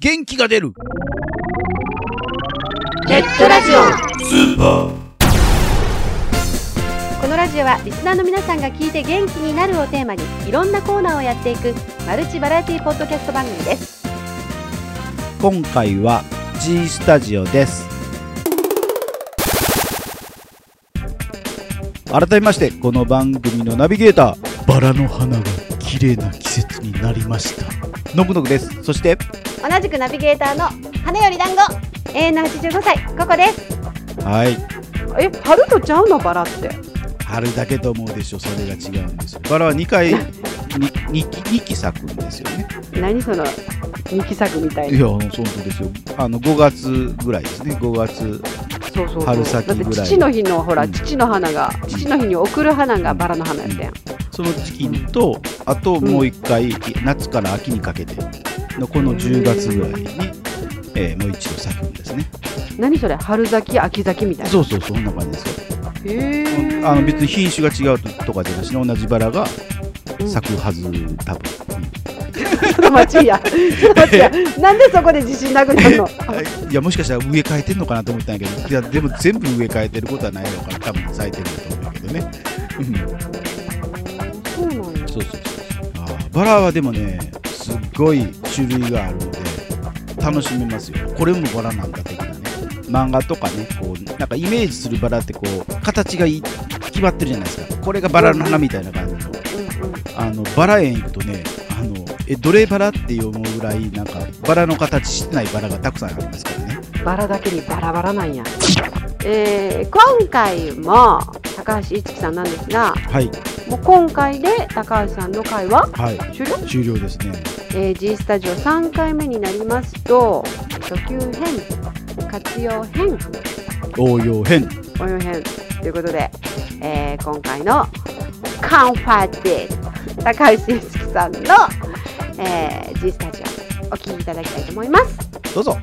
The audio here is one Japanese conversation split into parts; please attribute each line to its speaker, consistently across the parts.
Speaker 1: 元気が出る
Speaker 2: ネットラジオこのラジオはリスナーの皆さんが聞いて元気になるをテーマにいろんなコーナーをやっていくマルチバラエティポッドキャスト番組です
Speaker 1: 今回は G スタジオです改めましてこの番組のナビゲーターバラの花が綺麗な季節になりましたのぶのぶですそして
Speaker 2: 同じくナビゲーターの花より団子永遠の85歳ここです
Speaker 1: はい
Speaker 2: え春とちゃうのバラって
Speaker 1: 春だけと思うでしょそれが違うんですよバラは2回に 2, 期二期咲くんですよね
Speaker 2: 何その人気作みたい
Speaker 1: いやそうですよあの5月ぐらいですね5月
Speaker 2: そうそうそう
Speaker 1: 春先ぐらい
Speaker 2: だって父の日のほら
Speaker 1: うん
Speaker 2: 父の花が父の日に贈る花がバラの花やったやん
Speaker 1: その時期にとあともう1回、夏から秋にかけてのこの10月ぐらいに、えーもう一度咲くんですね
Speaker 2: 何それ春咲き秋咲きみたいな
Speaker 1: そうそうそんな感じですよ
Speaker 2: へえ
Speaker 1: あの別に品種が違うとかじゃなしに同じバラが咲くはず、多分、
Speaker 2: ちょっと待ちや。ちょっと待ちや。なんでそこで自信なくなるの。
Speaker 1: いやもしかしたら植え替えてるのかなと思ったんやけどいやでも全部植え替えてることはないのかな多分咲いてるんだと思うけどね、うん、
Speaker 2: そうなんや。
Speaker 1: そうそうそうあーバラはでもねすっごい種類があるので楽しめますよこれもバラなんだ的なね漫画とかねこうなんかイメージするバラってこう形がいい決まってるじゃないですかこれがバラの花みたいな感じのあのバラ園行くとねあのえどれバラって思うぐらいなんかバラの形してないバラがたくさんありますからね
Speaker 2: バラだけにバラバラなんや。えー、今回も高橋一樹さんなんですが、
Speaker 1: はい
Speaker 2: もう今回で高橋さんの会は
Speaker 1: はい
Speaker 2: 終了。
Speaker 1: 終了ですね
Speaker 2: えー、G スタジオ3回目になりますと、初級編、活用編、
Speaker 1: 応用編
Speaker 2: 応用編ということで、えー、今回のカンファーです高橋一樹さんの、えー、G スタジオお聞きいただきたいと思います
Speaker 1: どうぞ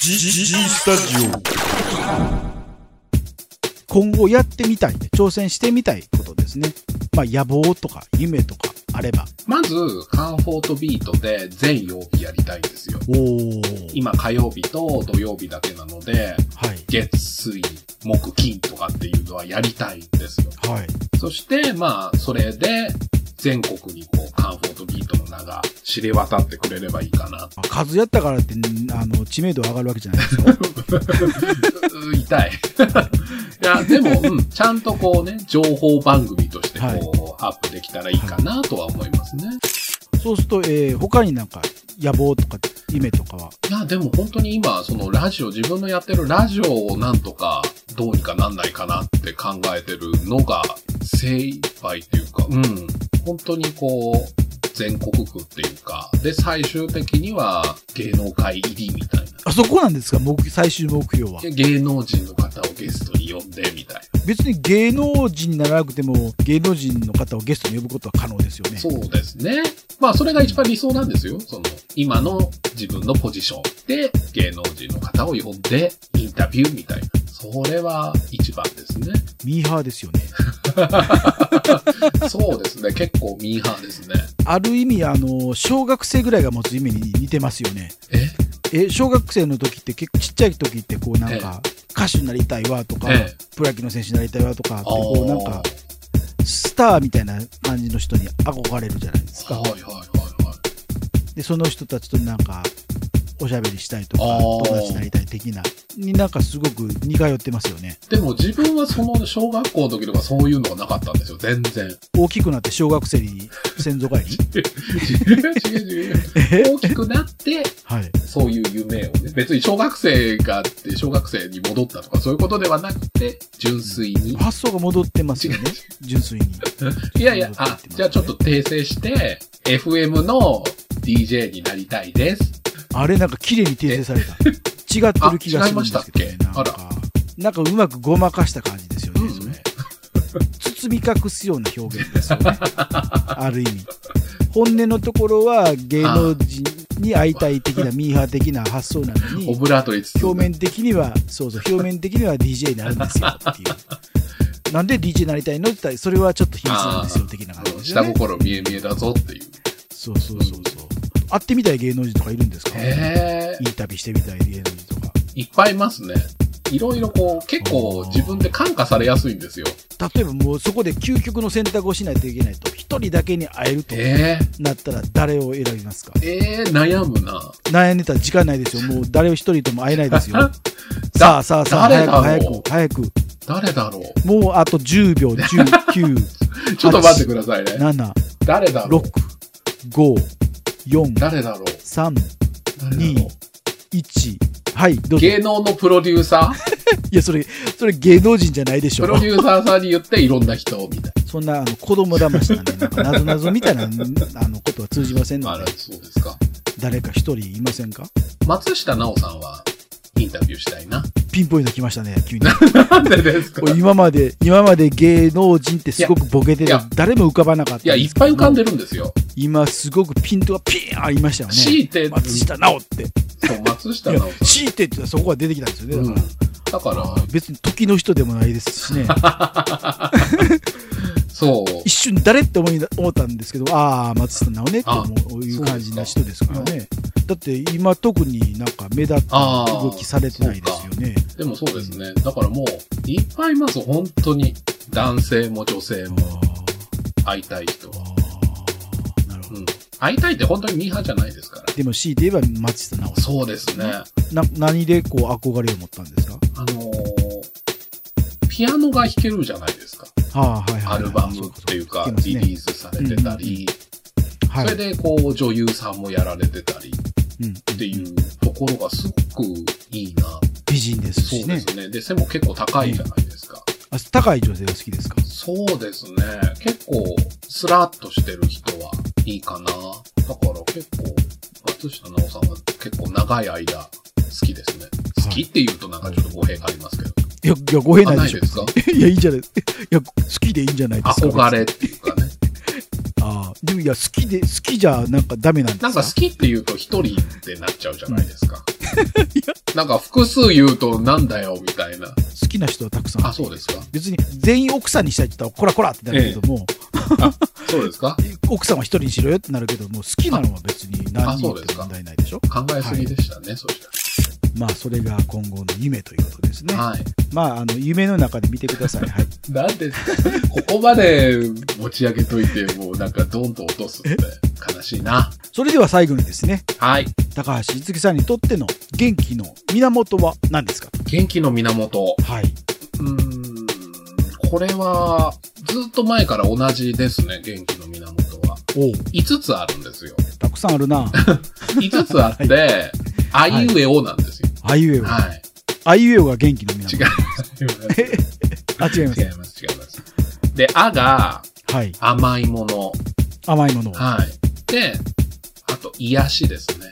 Speaker 3: G, G, G Stadio.
Speaker 1: 今後やってみたい挑戦してみたいことですねまあ野望とか夢とかあれば
Speaker 4: まず、カンフォートビートで全曜日やりたいんですよ。
Speaker 1: おおはい
Speaker 4: 今火曜日と土曜日だけなので、月、水、木、金とかっていうのはやりたいんですよ。
Speaker 1: はい
Speaker 4: そして、まあ、それで、全国にこう、カンフォートビートの名が知れ渡ってくれればいいかな。
Speaker 1: あ数やったからってんあの知名度上がるわけじゃないです よ
Speaker 4: う痛い。 いや、でも、うん、ちゃんとこうね、情報番組としてこう、
Speaker 1: はい
Speaker 4: アップできたらいいかなとは思いますね。
Speaker 1: そうすると、えー、他になんか野望とか夢とかはい
Speaker 4: や、でも本当に今、そのラジオ、自分のやってるラジオをなんとかどうにかなんないかなって考えてるのが精一杯っていうか、うん。本当にこう、全国区っていうか、で、最終的には芸能界入りみたいな。
Speaker 1: あそこなんですか目最終目標は
Speaker 4: で芸能人の方をゲストに呼んでみたい
Speaker 1: 別に芸能人にならなくても芸能人の方をゲストに呼ぶことは可能ですよね
Speaker 4: な。そうですね。まあ、それが一番理想なんですよ。その、今の自分のポジションで芸能人の方を呼んでインタビューみたいな。それは一番ですね。
Speaker 1: ミーハーですよね
Speaker 4: そうですね。結構ミーハーですね。
Speaker 1: ある意味あの小学生ぐらいが持つ夢に似てますよね
Speaker 4: え
Speaker 1: え小学生の時って結構ちっちゃい時ってこうなんか歌手になりたいわとか、
Speaker 4: ええ
Speaker 1: プロ野球の選手になりたいわとかってこうなんかスターみたいな感じの人に憧れるじゃないです
Speaker 4: あー
Speaker 1: か
Speaker 4: はいはいはいはい。
Speaker 1: でその人たちとなんかおしゃべりしたいとか
Speaker 4: あ
Speaker 1: 友
Speaker 4: ー
Speaker 1: 達になりたい的なになんかすごく似通ってますよね
Speaker 4: でも自分はその小学校の時とかそういうのがなかったんですよ。全然。
Speaker 1: 大きくなって小学生に先祖 返り
Speaker 4: 違う違う違う
Speaker 1: え
Speaker 4: 大きくなって、
Speaker 1: はい
Speaker 4: そういう夢をね。別に小学生があって、小学生に戻ったとかそういうことではなくて、純粋に。
Speaker 1: 発想が戻ってますよね純粋に
Speaker 4: いやいや、あ、じゃあちょっと訂正して、FM の DJ になりたいです。
Speaker 1: あれなんか綺麗に訂正された。違ってる気がするんですけど、ね、
Speaker 4: あ違いましたっけ
Speaker 1: なんか、なんかうまくごまかした感じですよね、
Speaker 4: うん
Speaker 1: それ。包み隠すような表現ですよ ね。ある意味。本音のところは芸能人に会いたい的なミーハー的な発想な の
Speaker 4: オ
Speaker 1: に、
Speaker 4: ブラートに包
Speaker 1: 表
Speaker 4: ん
Speaker 1: 面
Speaker 4: で。
Speaker 1: 的には、そう そう、表面的には DJ になるんですよっていう。なんで DJ になりたいのって言ったら、それはちょっと秘密なんですよ、的な感じです、ね。
Speaker 4: 下心見え見えだぞっていう。
Speaker 1: そうそうそうそう。会ってみたい芸能人とかいるんですか
Speaker 4: へえ
Speaker 1: いい旅してみたい芸能人とか。
Speaker 4: いっぱいいますね。いろいろこう、結構自分で感化されやすいんですよ。
Speaker 1: 例えばもうそこで究極の選択をしないといけないと、一人だけに会えると
Speaker 4: え
Speaker 1: なったら誰を選びますか
Speaker 4: ー、えー、悩むな。
Speaker 1: 悩んでたら時間ないですよ。もう誰を一人とも会えない ですよ。さあさあさあ、
Speaker 4: 誰
Speaker 1: 早
Speaker 4: だ
Speaker 1: く
Speaker 4: ろ
Speaker 1: 早く
Speaker 4: う
Speaker 1: 早く。
Speaker 4: 誰だろう。
Speaker 1: もうあと10秒、19、
Speaker 4: ちょっと待ってくださいね。
Speaker 1: 7、
Speaker 4: 誰だろう
Speaker 1: 6。、5、4、
Speaker 4: 誰だろう。
Speaker 1: 3、
Speaker 4: 誰だろ
Speaker 1: 2、1。はい、ど
Speaker 4: う。
Speaker 1: うぞ。
Speaker 4: 芸
Speaker 1: い
Speaker 4: 能のプロデューサー
Speaker 1: や、それ、それ芸能人じゃないでしょ
Speaker 4: プロデューサーさんに言っていろんな人みたい
Speaker 1: そんなあの子供騙しなんで、なんか謎々みたいなあのことは通じません
Speaker 4: な。あ
Speaker 1: の
Speaker 4: ら、
Speaker 1: で、
Speaker 4: そうですか。
Speaker 1: 誰か一人いませんか
Speaker 4: 松下奈緒さんはインタビューしたいな。
Speaker 1: ピンポイント来ましたね、急に。
Speaker 4: なんでですか
Speaker 1: これ今まで、今まで芸能人ってすごくボケて
Speaker 4: い
Speaker 1: て
Speaker 4: や、
Speaker 1: 誰も浮かばなかった。
Speaker 4: いや、いっぱい浮かんで
Speaker 1: る。
Speaker 4: るんですよ。
Speaker 1: 今すごくピントがピーンありましたよ
Speaker 4: 強
Speaker 1: ね。
Speaker 4: いて、
Speaker 1: 松下奈緒って。
Speaker 4: そう松下
Speaker 1: いや
Speaker 4: 奈緒、さ
Speaker 1: 強いてって言ったらそこが出てきたんですよね。
Speaker 4: ん。う
Speaker 1: だ
Speaker 4: ん
Speaker 1: から
Speaker 4: だから、
Speaker 1: 別に時の人でもないですし ね。
Speaker 4: そう
Speaker 1: 一。瞬誰って思い思ったんですけど、ああ、松下奈緒ねって
Speaker 4: あ
Speaker 1: 思ういう感じな人ですから
Speaker 4: そう
Speaker 1: ね。だって今特になんか目立った動きされてないですよね。
Speaker 4: でもそうですね。だからもう、いっぱいいます、本当に。男性も女性
Speaker 1: あ
Speaker 4: も、会いたい人
Speaker 1: ー
Speaker 4: は。
Speaker 1: あーなるほ
Speaker 4: う
Speaker 1: ど。
Speaker 4: ん。会いたいって本当にミーハーじゃないですから。
Speaker 1: でも強いて言えば松下奈緒さ
Speaker 4: そうですね。あ
Speaker 1: ん。な何でこう憧れを持ったんですか
Speaker 4: のーピアノが弾けるじゃないですか。
Speaker 1: はあはいはいは
Speaker 4: ア
Speaker 1: い、
Speaker 4: ルバムっていうか
Speaker 1: そう、かそう
Speaker 4: リ
Speaker 1: か
Speaker 4: リースされてたり、
Speaker 1: はい、
Speaker 4: それでこう、女優さんもやられてたり
Speaker 1: っ
Speaker 4: っていうところがすごくいいな。
Speaker 1: 美人です
Speaker 4: そ
Speaker 1: し
Speaker 4: うで
Speaker 1: ね
Speaker 4: すね。で、背も結構高いじゃないですか。
Speaker 1: あ高い女性が好きですか
Speaker 4: そうですね。結構、スラッとしてる人はいいかな。だから結構、松下奈緒さんは結構長い間好きですね。好きって言うとなんかちょっと語弊がありますけど、
Speaker 1: いやいやご変ないでしょ
Speaker 4: あないですか
Speaker 1: 別に いやいいじゃないですいや好きでいいんじゃないですか
Speaker 4: 憧れっ
Speaker 1: 別に
Speaker 4: ていうか ね。
Speaker 1: ああでもいや好きで好きじゃなんかダメなんですか
Speaker 4: なんか好きって言うと一人ってなっちゃうじゃないですか。 なんか複数言うとなんだよみたいな。
Speaker 1: 好きな人はたくさん
Speaker 4: あ、そうですか。
Speaker 1: 別に全員奥さんにしたいって言ったらこらこらってなるけども、
Speaker 4: そうですか。
Speaker 1: 奥さんは一人にしろよってなるけども好きなのは別に何人
Speaker 4: あそう
Speaker 1: っ
Speaker 4: です
Speaker 1: て
Speaker 4: か
Speaker 1: 問題ないでしょ
Speaker 4: 考えすぎでしたね、そし
Speaker 1: まあそれが今後の夢ということです
Speaker 4: た
Speaker 1: ね、
Speaker 4: ら。はい。
Speaker 1: まああの夢の中で見てくださいはい
Speaker 4: なんで、ここまで持ち上げといて、もうなんかドンと落とすって悲しいな。
Speaker 1: それでは最後にですね
Speaker 4: はい。
Speaker 1: 高橋いつきさんにとっての元気の源は何ですか
Speaker 4: 元気の源。
Speaker 1: はい。
Speaker 4: うーん。これは、ずっと前から同じですね、元気の源は。
Speaker 1: お
Speaker 4: 5つあるんですよ。
Speaker 1: たくさんある な。
Speaker 4: 5つあ って、あ
Speaker 1: い
Speaker 4: いうえおなんですよ。
Speaker 1: あいうえお。
Speaker 4: はい。
Speaker 1: あいうえおが元気の源。
Speaker 4: 違います。
Speaker 1: あ、違います。
Speaker 4: 違います、違います。で、あが
Speaker 1: はい。
Speaker 4: 甘いもの。
Speaker 1: 甘いものを。
Speaker 4: はい。で、あと、癒しですね。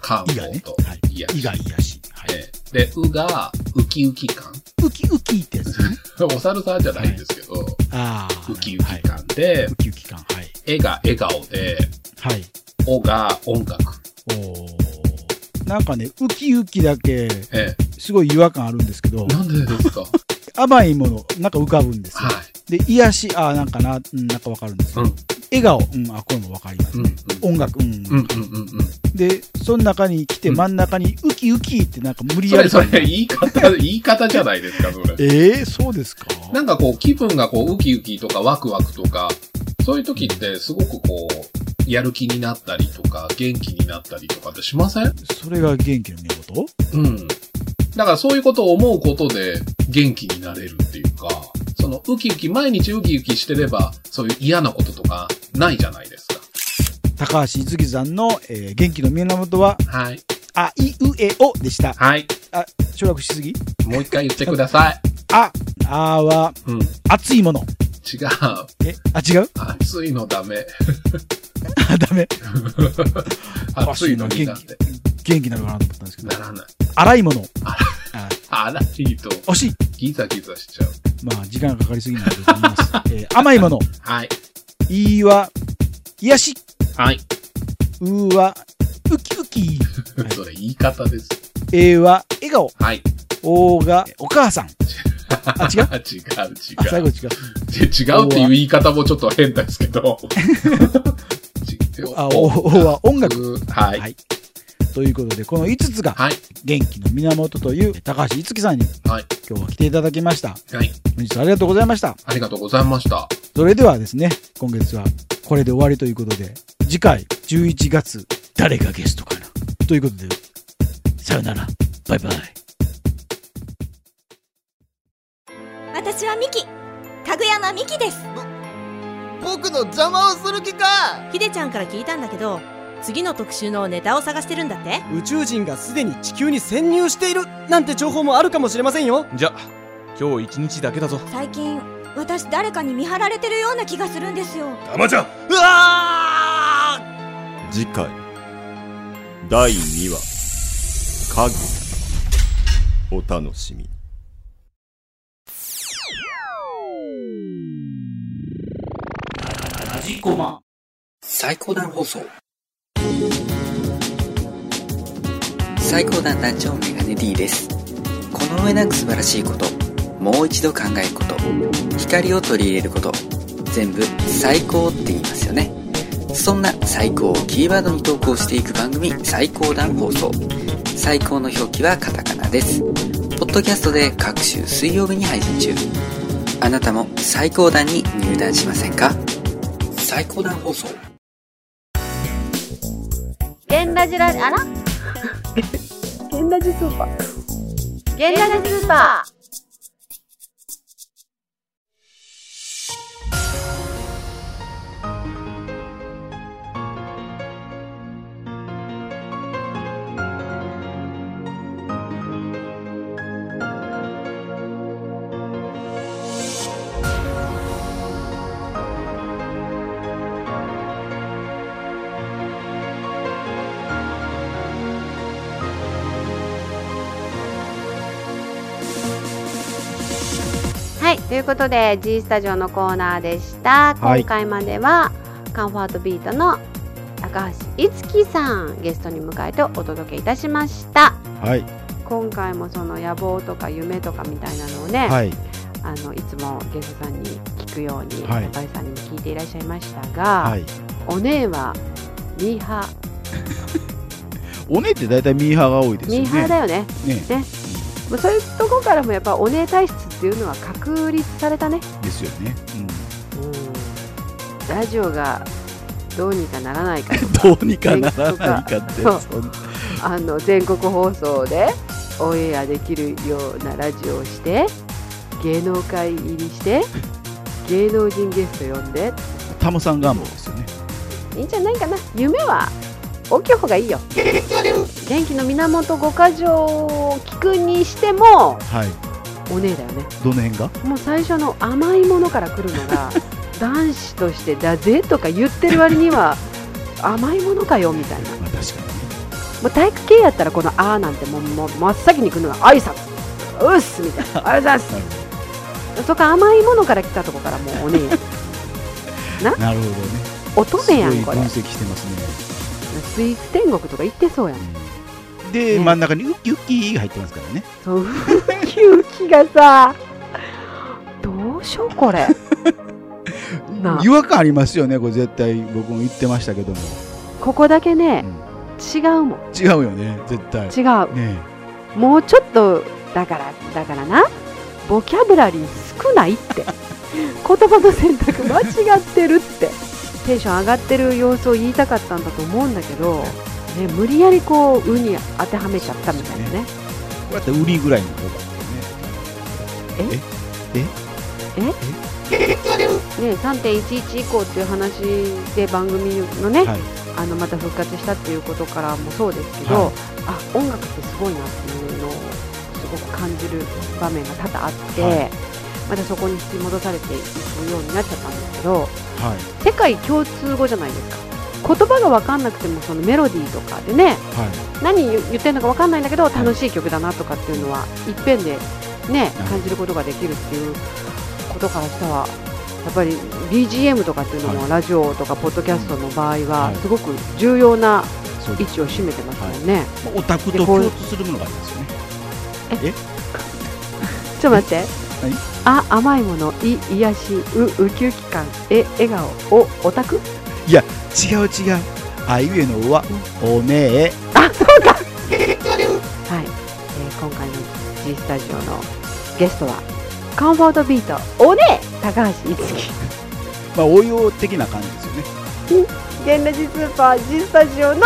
Speaker 4: 漢
Speaker 1: いが
Speaker 4: 方
Speaker 1: ね
Speaker 4: と。
Speaker 1: はい
Speaker 4: 癒
Speaker 1: 意
Speaker 4: し。
Speaker 1: 外やし。はい。
Speaker 4: ええで、うが、ウキウキ感。
Speaker 1: ウキウキってやつね。
Speaker 4: お猿さんじゃないんですけど、
Speaker 1: ああ。
Speaker 4: ウキウキ
Speaker 1: はい。
Speaker 4: 感で
Speaker 1: ウ、キウキ感。はい。
Speaker 4: 絵が笑顔で、
Speaker 1: はい。
Speaker 4: おが音楽。
Speaker 1: おーなんかね、ウキウキだけ、
Speaker 4: え
Speaker 1: すごい違和感あるんですけど
Speaker 4: え、、なんでですか
Speaker 1: 甘いもの、なんか浮かぶんですよ。
Speaker 4: は
Speaker 1: で、癒し、ああ、なんかな、うんなんかわかるんです
Speaker 4: い。う
Speaker 1: よ。
Speaker 4: ん、
Speaker 1: 笑顔、うん、あ、これもわかります
Speaker 4: うん、う。ん。
Speaker 1: 音楽、うん
Speaker 4: う、ん、うん、うん。うん
Speaker 1: で、その中に来て
Speaker 4: うん
Speaker 1: 真ん中にウキウキってなんか無理
Speaker 4: そ
Speaker 1: や
Speaker 4: れ、
Speaker 1: り。
Speaker 4: それ、言い方、言い方じゃないですか、それ。
Speaker 1: ええそうですか
Speaker 4: なんかこう、気分がこう、ウキウキとかワクワクとか、そういう時ってすごくこう、やる気になったりとか、元気になったりとかってしません
Speaker 1: それが元気の源
Speaker 4: うん。だからそういうことを思うことで元気になれるっていうか、そのウキウキ、毎日ウキウキしてれば、そういう嫌なこととかないじゃないですか。
Speaker 1: 高橋いつきさんの、えー元気の源は、
Speaker 4: はい。
Speaker 1: あいうえおでした。
Speaker 4: はい。
Speaker 1: あ、省略しすぎ
Speaker 4: もう一回言ってください。
Speaker 1: あ、あは
Speaker 4: うん。違う。
Speaker 1: 熱いもの。え、あ、違う
Speaker 4: 暑いのダメ。
Speaker 1: あ、ダメ。
Speaker 4: 暑いのになんて。
Speaker 1: 元気なのかなと思ったんですけど
Speaker 4: な。らない。
Speaker 1: 粗いもの。
Speaker 4: あ
Speaker 1: あ
Speaker 4: あら、いいと、
Speaker 1: 惜しい。
Speaker 4: ギザギザしちゃう。
Speaker 1: まあ、時間がかかりすぎなんで言い ます。えー甘いもの。
Speaker 4: はい。
Speaker 1: いは、癒し。
Speaker 4: はい。
Speaker 1: うは、ウキウ キ。はい
Speaker 4: それ言い方です。
Speaker 1: えは、笑顔。
Speaker 4: はい。
Speaker 1: おが、お母さん。あ、違う
Speaker 4: 違う、
Speaker 1: あ、
Speaker 4: 違
Speaker 1: 最
Speaker 4: う。
Speaker 1: 後違う。
Speaker 4: で違うっていう言い方もちょっと変ですけど。ちって
Speaker 1: あおおは音楽
Speaker 4: は。
Speaker 1: はいいということでこの5つが
Speaker 4: はい。
Speaker 1: 元気の源という高橋いつきさんに
Speaker 4: はい。
Speaker 1: 今日は来ていただきました
Speaker 4: はい。
Speaker 1: 本日はありがとうございました
Speaker 4: ありがとうございました。
Speaker 1: それではですね今月はこれで終わりということで次回11月誰がゲストかなということでさよならバイバイ
Speaker 3: 私はミキかぐやまみきです
Speaker 5: 僕の邪魔をする気か
Speaker 3: ひでちゃんから聞いたんだけど次の特集のネタを探してるんだって
Speaker 6: 宇宙人がすでに地球に潜入しているなんて情報もあるかもしれませんよ
Speaker 7: じゃ今日一日だけだぞ
Speaker 8: 最近私誰かに見張られてるような気がするんですよ
Speaker 7: たまちゃん
Speaker 5: うわ
Speaker 9: 次回第2話家具お楽しみに
Speaker 10: 最高段放送最高段団長メガネ D ですこの上なく素晴らしいこともう一度考えること光を取り入れること全部最高って言いますよねそんな最高をキーワードに投稿していく番組最高段放送最高の表記はカタカナですポッドキャストで各週水曜日に配信中あなたも最高段に入団しませんか最高段放送
Speaker 2: ゲンラジラあらゲンラジスーパーゲンラジスーパーはいということで G スタジオのコーナーでした
Speaker 1: はい
Speaker 2: 今回までは、カンファートビートの高橋いつきさんゲストに迎えてお届けいたしました
Speaker 1: はい
Speaker 2: 今回もその野望とか夢とかみたいなのをね、
Speaker 1: はい
Speaker 2: あのいつもゲストさんに聞くように、
Speaker 1: はい
Speaker 2: 高橋さんにも聞いていらっしゃいましたが、
Speaker 1: はい
Speaker 2: お姉はミーハ
Speaker 1: お姉って大体ミーハーが多いで
Speaker 2: ー、
Speaker 1: すよ
Speaker 2: ミー
Speaker 1: ね
Speaker 2: ハーだよね
Speaker 1: ね
Speaker 2: もうそういうとこからもやっぱお姉体質っていうのは確立されたね、
Speaker 1: ですよね、
Speaker 2: ラジオがどうにかならないかとか
Speaker 1: どうにかならないかって
Speaker 2: そう
Speaker 1: そん
Speaker 2: あの全国放送でオンエアできるようなラジオをして芸能界入りして芸能人ゲスト呼んで
Speaker 1: タモさん願望ですよね
Speaker 2: いいんじゃないかな夢は大きい方がいいよ元気の源五箇条を聞くにしても
Speaker 1: はい
Speaker 2: お姉だよね
Speaker 1: どの辺が
Speaker 2: もう最初の甘いものから来るのが男子としてだぜとか言ってる割には 甘いものかよみたいな
Speaker 1: まあ確かにね
Speaker 2: もう体育系やったらこの「あ」なんてもうもう真っ先に来るのが挨拶うっすみたいな「ありがとうございます」そこ甘いものから来たとこからもうお姉や
Speaker 1: なるほどね
Speaker 2: 乙
Speaker 1: すご
Speaker 2: 女や
Speaker 1: い
Speaker 2: んこ
Speaker 1: 分
Speaker 2: れ
Speaker 1: 析してます
Speaker 2: スイーツ天国とか行ってそうやん
Speaker 1: ね、うんで、
Speaker 2: ね
Speaker 1: 真ん中にウッキウッキーが入ってますからね
Speaker 2: そうウキウキがさどうしようこれなあ
Speaker 1: 違和感ありますよねこれ絶対僕も言ってましたけども、
Speaker 2: ここだけね
Speaker 1: うん
Speaker 2: 違うもん
Speaker 1: 違うよね絶対ね
Speaker 2: 違う
Speaker 1: え
Speaker 2: もうちょっとだからだからなボキャブラリー少ないって 言葉の選択間違ってるってテンション上がってる様子を言いたかったんだと思うんだけど、ね、無理やりこう「う」に当てはめちゃったみたいなね
Speaker 1: こうやって売りぐらいの方だったよね
Speaker 2: ね3.11以降っていう話で番組のね、
Speaker 1: はい
Speaker 2: あのまた復活したっていうことからもそうですけど、
Speaker 1: は
Speaker 2: あ音楽ってすごいなっていうのをすごく感じる場面が多々あって、
Speaker 1: は
Speaker 2: またそこに引き戻されていくようになっちゃったんですけど
Speaker 1: はい
Speaker 2: 世界共通語じゃないですか言葉が分かんなくてもそのメロディーとかでね
Speaker 1: はい
Speaker 2: 何言言ってるのか分かんないんだけど楽しい曲だなとかっていうのはいっぺんで、ね
Speaker 1: はい、
Speaker 2: 感じることができるっていうことからしたらやっぱり BGM とかっていうのも、
Speaker 1: はい
Speaker 2: ラジオとかポッドキャストの場合
Speaker 1: は
Speaker 2: はいすごく重要な
Speaker 1: そう
Speaker 2: 位
Speaker 1: です
Speaker 2: 置を占めてますもんね、
Speaker 1: まあオタクと共通するものがありますよね
Speaker 2: ちょっと待って
Speaker 1: はい
Speaker 2: あ甘いものい癒しうウキウキ感え笑顔おオタク
Speaker 1: いや違う違うあいうえのおはおねえ
Speaker 3: はい、えー今回の G スタジオのゲストはカンフォートビートおねえ高橋いつき
Speaker 1: まあ応用的な感じですよね
Speaker 3: 現レジスーパー G スタジオの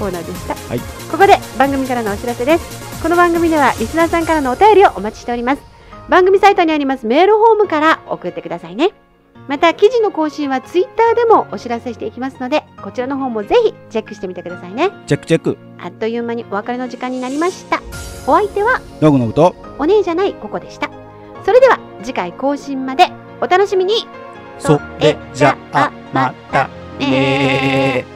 Speaker 3: コーナーでした、
Speaker 1: い
Speaker 3: ここで番組からのお知らせですこの番組ではリスナーさんからのお便りをお待ちしております番組サイトにありますメールフォームから送ってくださいねまた記事の更新はツイッターでもお知らせしていきますのでこちらの方もぜひチェックしてみてくださいね
Speaker 1: チェックチェック
Speaker 3: あっという間にお別れの時間になりましたお相手は
Speaker 1: ノグノグと
Speaker 3: お姉じゃないここでしたそれでは次回更新までお楽しみに
Speaker 1: それじゃあまたね